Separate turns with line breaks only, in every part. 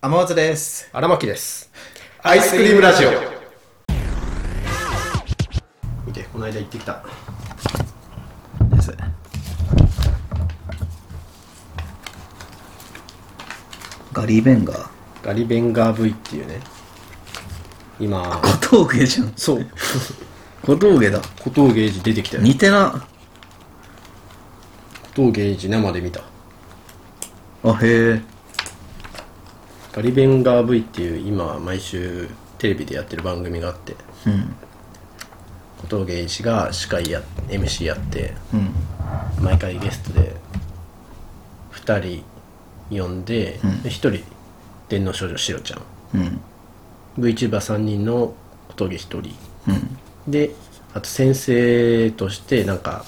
天松です
荒牧です
アイスクリームラジオ
見てこの間行ってきた
ですガリー・ベンガー
ガリベンガー V っていうね今
小峠じゃん
そう
小峠だ
小峠英二出てきたよ
似てな
小峠英二生で見た
あへえ
ガリベンガー V っていう今毎週テレビでやってる番組があって
うん
小峠英二が司会や MC やって
うん
毎回ゲストで2人呼んで,、で1人電脳少女しろちゃん
うん
VTuber3 人の小峠1人
うん
であと先生としてなんか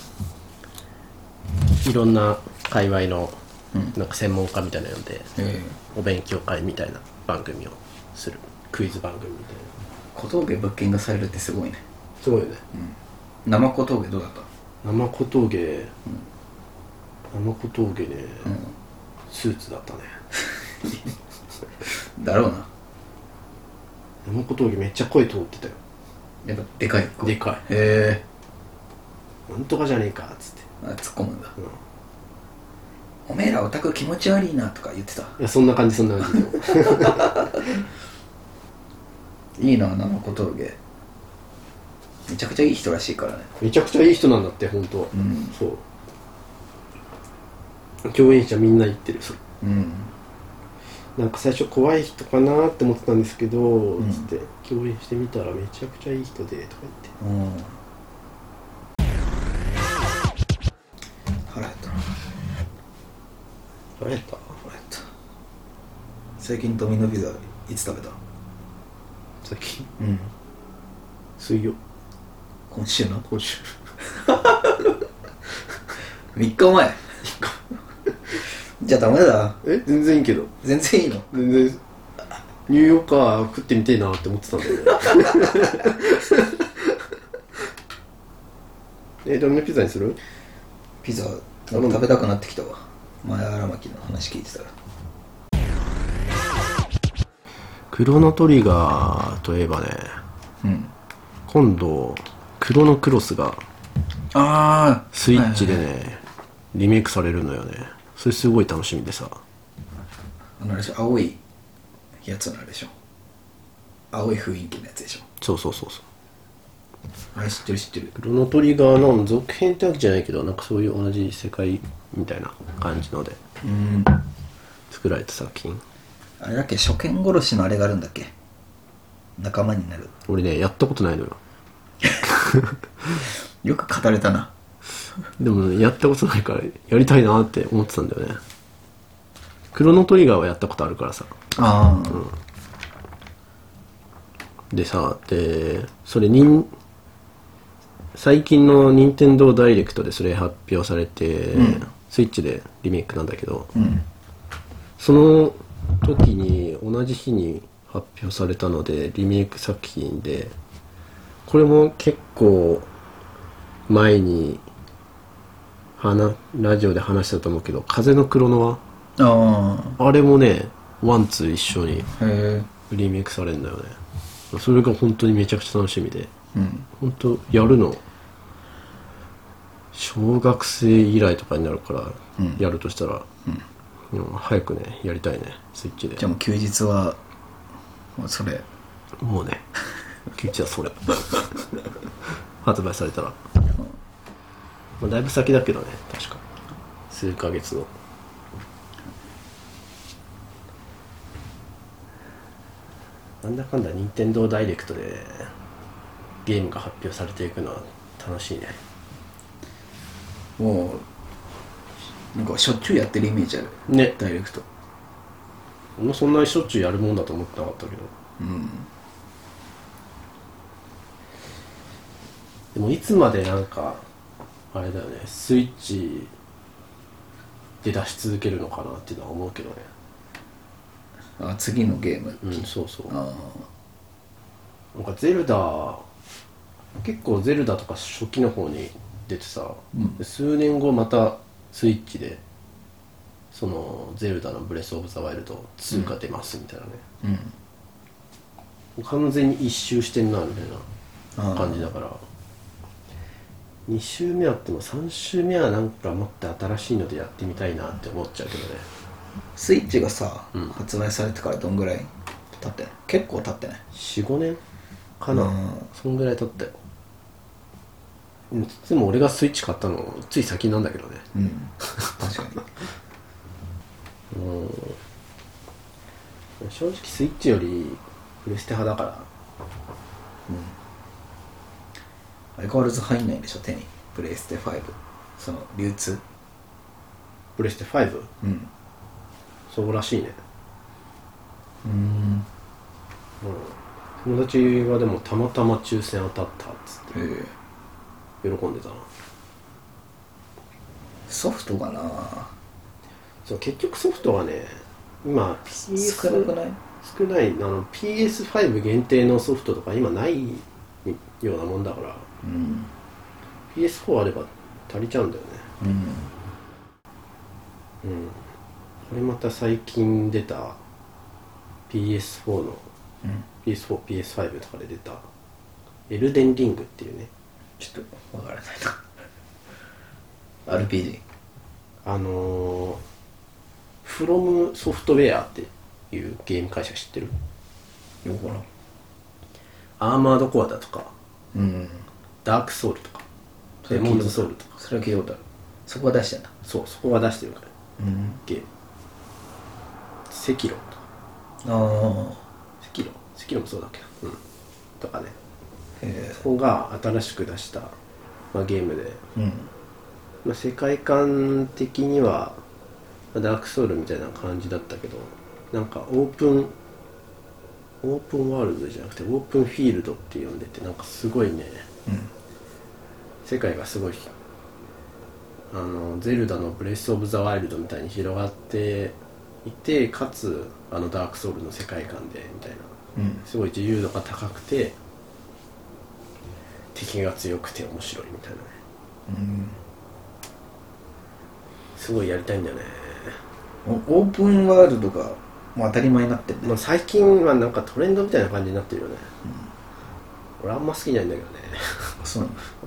いろんな界隈のなんか専門家みたいなの呼んで、
ええ
お勉強会みたいな番組をするクイズ番組みたい
小峠ブッキングされるってすごいね
なすごいよね、
生小峠どうだった
生小峠、生小峠ね、スーツだったね
だろうな
生小峠めっちゃ声通ってたよ
やっぱでかい子
でかい
へ
なんとかじゃねえかっつって、
え突っ込むんだ
うん、い
おめえらオタク気持ち悪いなとか言ってた
やそんな感じそんな感じ
いいな生小峠めちゃくちゃいい人らしいからね
めちゃくちゃいい人なんだって本当は、
ん
そう共演者みんな言ってるそれ
うん
なんか最初怖い人かなって思ってたんですけど、
ん
つって共演してみたらめちゃくちゃいい人でとか言って
うん腹減ったな
腹減った
腹減った最近ドミノピザいつ食べた
最近
うん
水曜
今週の
今週
3日前じゃあダメだ
え全然いいけど
全然いいの
全然ニューヨーカー食ってみてえなって思ってたんだ よねえドミノピザにする
ピザなんか食べたくなってきたわ前荒牧の話聞いてたら
クロノトリガーといえばね
うん
今度クロノクロスが
ああ
スイッチでね、リメイクされるのよねそれすごい楽しみでさ
あのあれでしょ青いやつのあれでしょ青い雰囲気のやつでしょ
そうそうそうそう
あれ知ってる知ってる
クロノトリガーの続編ってわけじゃないけどなんかそういう同じ世界みたいな感じので
うん
作られた作品
あれだっけ初見殺しのあれがあるんだっけ仲間になる
俺ねやったことないのよ
よく語れたな
でもね、やったことないからやりたいなって思ってたんだよねクロノトリガーはやったことあるからさ
ああ
でさでそれにん最近の任天堂ダイレクトでそれ発表されて、スイッチでリメイクなんだけど、
うん
その時に同じ日に発表されたのでリメイク作品でこれも結構前に話ラジオで話したと思うけど「風のクロノワ
あ」
あれもねワンツー一緒に
あへえ
リメイクされるんだよねそれが本当にめちゃくちゃ楽しみで
うん
本当やるの小学生以来とかになるから、やるとしたら、うん早くねやりたいねスイッチで
じゃあもう休日はもうそれ
もうねキッチンはそれ発売されたら、まあ、だいぶ先だけどね確か数ヶ月のなんだかんだ任天堂ダイレクトでゲームが発表されていくのは楽しいね
もうなんかしょっちゅうやってるイメージある
ね
ダイレクト
もうそんなにしょっちゅうやるもんだと思ってなかったけど
うん
でもいつまでなんかあれだよねスイッチで出し続けるのかなっていうのは思うけどね
あ次のゲーム、
うんそうそう
あ
なんかゼルダ結構ゼルダとか初期の方に出てさ、
うん
数年後またスイッチでその「ゼルダのブレス・オブ・ザ・ワイルド2」が出ますみたいなね、
うん
完全に一周してんなみたい
あ
な
ー
感じだから2周目あっても3周目はなんかもっと新しいのでやってみたいなって思っちゃうけどね
スイッチがさ、
うん
発売されてからどんぐらい経ってんの結構経ってない
45年かな、
うん
そんぐらい経ったよでも俺がスイッチ買ったのつい先なんだけどね
うん 確かに
うん正直スイッチよりプレステ派だから
相変わらず入んないでしょ手にプレイステ5その流通
プレステ 5?
うん
そうらしいね
うん
友達がでもたまたま抽選当たったっつって
へえ
喜んでたな
ソフトかな
そう結局ソフトはね今 PS
少なくない
少ないあの PS5 限定のソフトとか今ないようなもんだから
うん、
PS4 あれば足りちゃうんだよね
うん、
うんこれまた最近出た PS4 の
うん、
PS4、PS5 とかで出たエルデンリングっていうね
ちょっとわからないな RPG
あのー、フロムソフトウェアっていうゲーム会社知ってる
よくな
アーマードコアだとか
うん
ダークソウルとかデモンズソウルとか
それは聞いたことあるそこは出してんだ
そうそこが出してるから
うん
ゲームセキロと
あ
か
あ
セキロセキロもそうだっけどうんとかね
へ
ここが新しく出した、まあ、ゲームで
えうん
まあ、世界観的にはまあダークソウルみたいな感じだったけどなんかオープンオープンワールドじゃなくてオープンフィールドって呼んでてなんかすごいね
うん
世界がすごいあのゼルダのブレス・オブ・ザ・ワイルドみたいに広がっていてかつあのダークソウルの世界観でみたい
う
な
ん
すごい自由度が高くて敵が強くて面白いみたいなね
うん
すごいやりたいんだよね
おオープンワールドがもう当たり前になってんね
まあ、最近はなんかトレンドみたいな感じになってるよね、俺あんま好きじゃないんだけどね
そうなんだ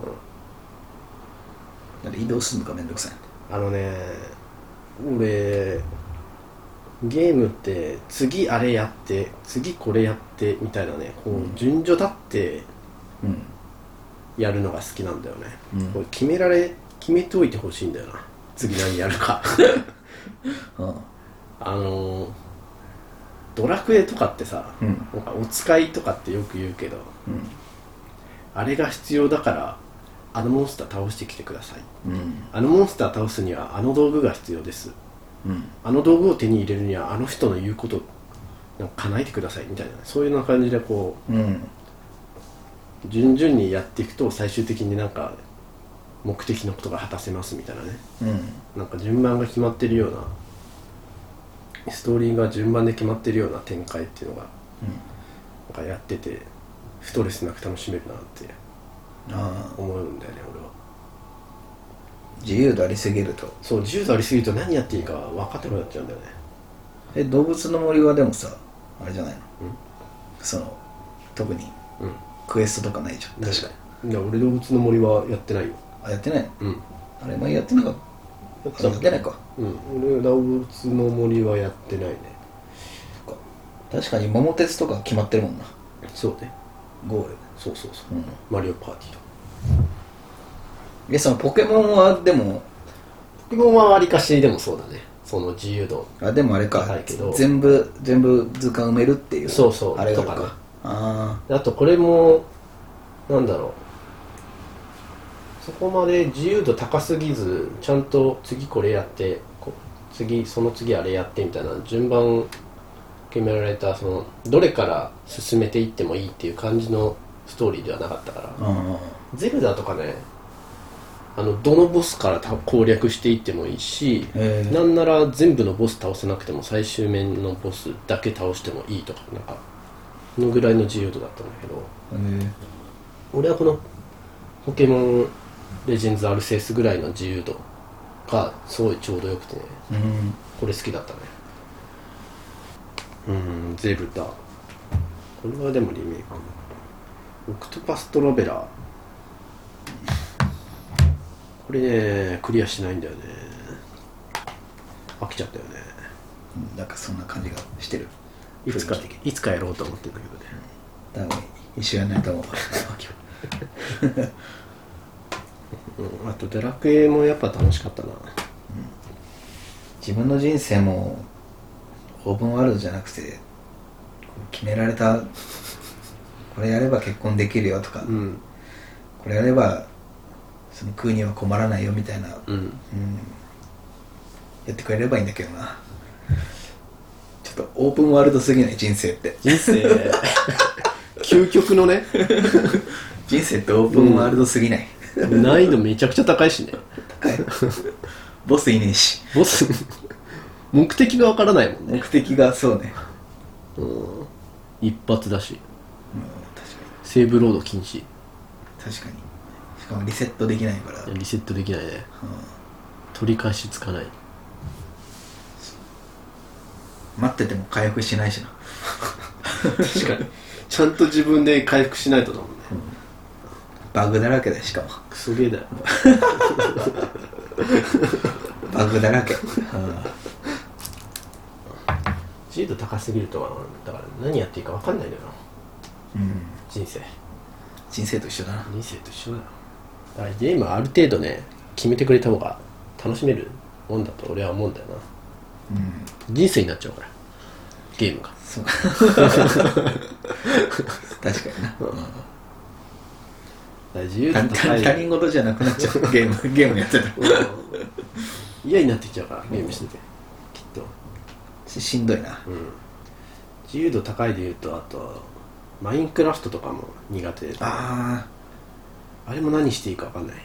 だから移動するのがめんどくさい
あのね俺ゲームって次あれやって次これやってみたいなねこ
うん
う順序立って
うん
やるのが好きなんだよね、
うん
これ決められ決めておいてほしいんだよな次何や るか
あ
あのードラクエとかってさ、
うん
なんかお使いとかってよく言うけど
うん
あれが必要だからあのモンスター倒してきてください
うん
あのモンスター倒すにはあの道具が必要です
うん
あの道具を手に入れるにはあの人の言うことをなんか叶えてくださいみたいなそういうような感じでこ
うん
う順々にやっていくと最終的になんか目的のことが果たせますみたいなね
うん
なんか順番が決まってるようなストーリーが順番で決まってるような展開っていうのがなんかやっててストレスなく楽しめるなって
ああ
思うんだよね俺は
自由度ありすぎると
そう自由度ありすぎると何やっていいか分かってなくなっちゃうんだよね
え動物の森はでもさあれじゃないの
うん
その特に
うん
クエストとかないじゃん
確かにいや俺動物の森はやってないよ
あやってないの
うん
あれ前やってなかっ
やった
あやってないか
うん俺動物の森はやってないね
そっか確かに桃鉄とか決まってるもんな
そうね
ゴール
そうそうそう、
うん
マリオパーティーと
えそのポケモンはでも
ポケモンはわりかしでもそうだねその自由度
あでもあれか
高いけど
全部全部図鑑埋めるっていう
そうそう
あれがある
とかね
かあ
あとこれもなんだろうそこまで自由度高すぎずちゃんと次これやってこ次その次あれやってみたいな順番決められたそのどれから進めていってもいいっていう感じのストーリーではなかったから
ああ
ゼルダとかねあのどのボスからた攻略していってもいいし
ええ
なんなら全部のボス倒せなくても最終面のボスだけ倒してもいいとかなんかそのぐらいの自由度だったんだけど俺はこのポケモンレジェンズ・アルセウスぐらいの自由度がすごいちょうどよくてね
うん
これ好きだったねうんゼルダこれはでもリメイクオクトパストラベラーこれねクリアしないんだよね飽きちゃったよね
なんかそんな感じがしてる
いつか
雰囲気的に
いつかやろうと思ってんだけどね
多分一緒やんないと思うから
うん、あとドラクエもやっぱ楽しかったな
自分の人生もオープンワールドじゃなくて決められたこれやれば結婚できるよとか、
うん
これやればその食うには困らないよみたいな、うん
うん
やってくれればいいんだけどなちょっとオープンワールドすぎない人生って
人生 究極の ね
人生ってオープンワールドすぎない、
難易度めちゃくちゃ高いしね
高いボスいねえし
ボ ス目的がわからないもんね
目的がそうね
うん一発だし
うん確
セーブロード禁止
かに確かにしかもリセットできないから、
リセットできないね
う
取り返しつかない
ん待ってても回復しないしな
確かにちゃんと自分で回復しないとだもんね
バグだらけだよしかも
クソゲーだよ
バグだら け、うん、
自由度高すぎるとはだから何やっていいかわかんないんだよな
うん
人生
人生と一緒だな
人生と一緒だよだからゲームはある程度ね決めてくれた方が楽しめるもんだと俺は思うんだよな
うん
人生になっちゃうからゲームが
そう確かにな、うん
自由
他他他人事じゃなくなっちゃう ゲームゲームやってたら
嫌になってきちゃうからゲームしててきっと
ししんどいな
うん自由度高いで言うとあとマインクラフトとかも苦手であ
あ
れも何していいか分かんない、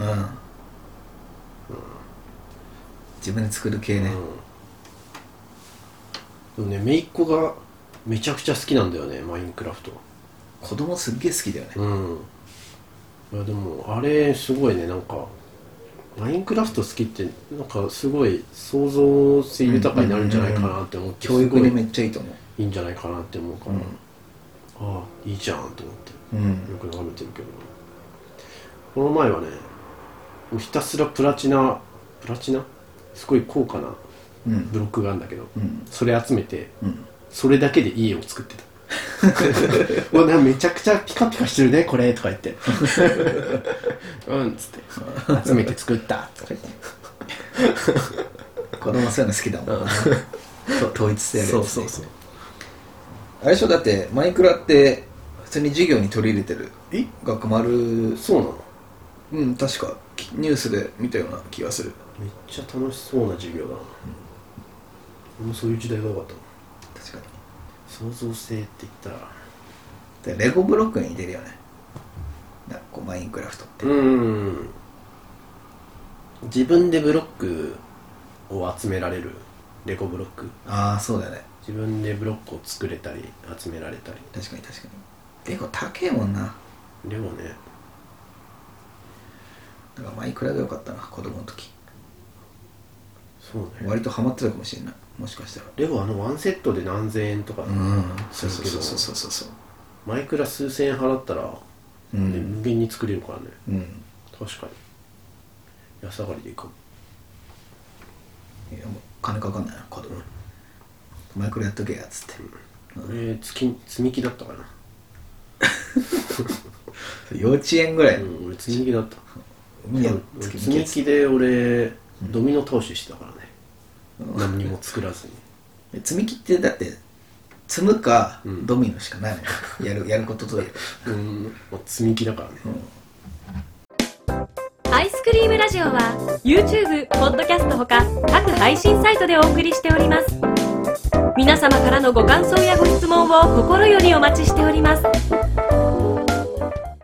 あうん自分で作る系ね、
うんでもね姪っ子がめちゃくちゃ好きなんだよねマインクラフト
子供すっげえ好きだよね、
うんいやでもあれすごいねなんかマインクラフト好きってなんかすごい想像性豊かになるんじゃないかなって思って
教育に
すご
め
い
っちゃいいと思
いいんじゃないかなって思うか
う、
ら、ああいいじゃんと思って
うんうん
よく眺めてるけどこの前はねもうひたすらプラチナプラチナすごい高価な
うん
ブロックがあるんだけど、
うん
それ集めて
うん
それだけで家を作って たうわなんかめちゃくちゃピカピカしてるねこれとか言ってうんっつって集めて作ったとか言って
子供そういうの好きだもん、と統一性あるやつね
そうそうそう
あれでしょだってマイクラって普通に授業に取り入れてる
え
学丸
そうなの
うん確かきニュースで見たような気がする
めっちゃ楽しそうな授業だな、俺もそういう時代が良かったな
確かに
創造性って言ったら
でレゴブロックに似てるよねなんかこうマインクラフトって
うん自分でブロックを集められるレゴブロック
ああそうだよね
自分でブロックを作れたり集められたり
確かに確かにレゴ高えもんな
レゴね
だからマイクラが良かったな子供の時
そうね
割とハマってたかもしれないもしかしたら
レゴあのワンセットで何千円とか、
うんそうそうそうそうそうそう
マイクラ数千円払ったら、
う
ね
ん、
無限に作れるからね
うん、
確かに安上がりでいく
いやもう金かかんないな子供、マイクラやっとけやっつって、
俺月積み木だったかな、
幼稚園ぐらい、
うん、俺積み木だった
いや
俺
月
積
に
み木で俺ドミノ倒ししてたからね、
うん
何にも作らずに
積み木ってだって積むか
うん
ドミノしかないもん、やるやることと いえば
うん、まあ、積み木だからね、
アイスクリームラジオは YouTube、ポッドキャストほか各配信サイトでお送りしております皆様からのご感想やご質問を心よりお待ちしております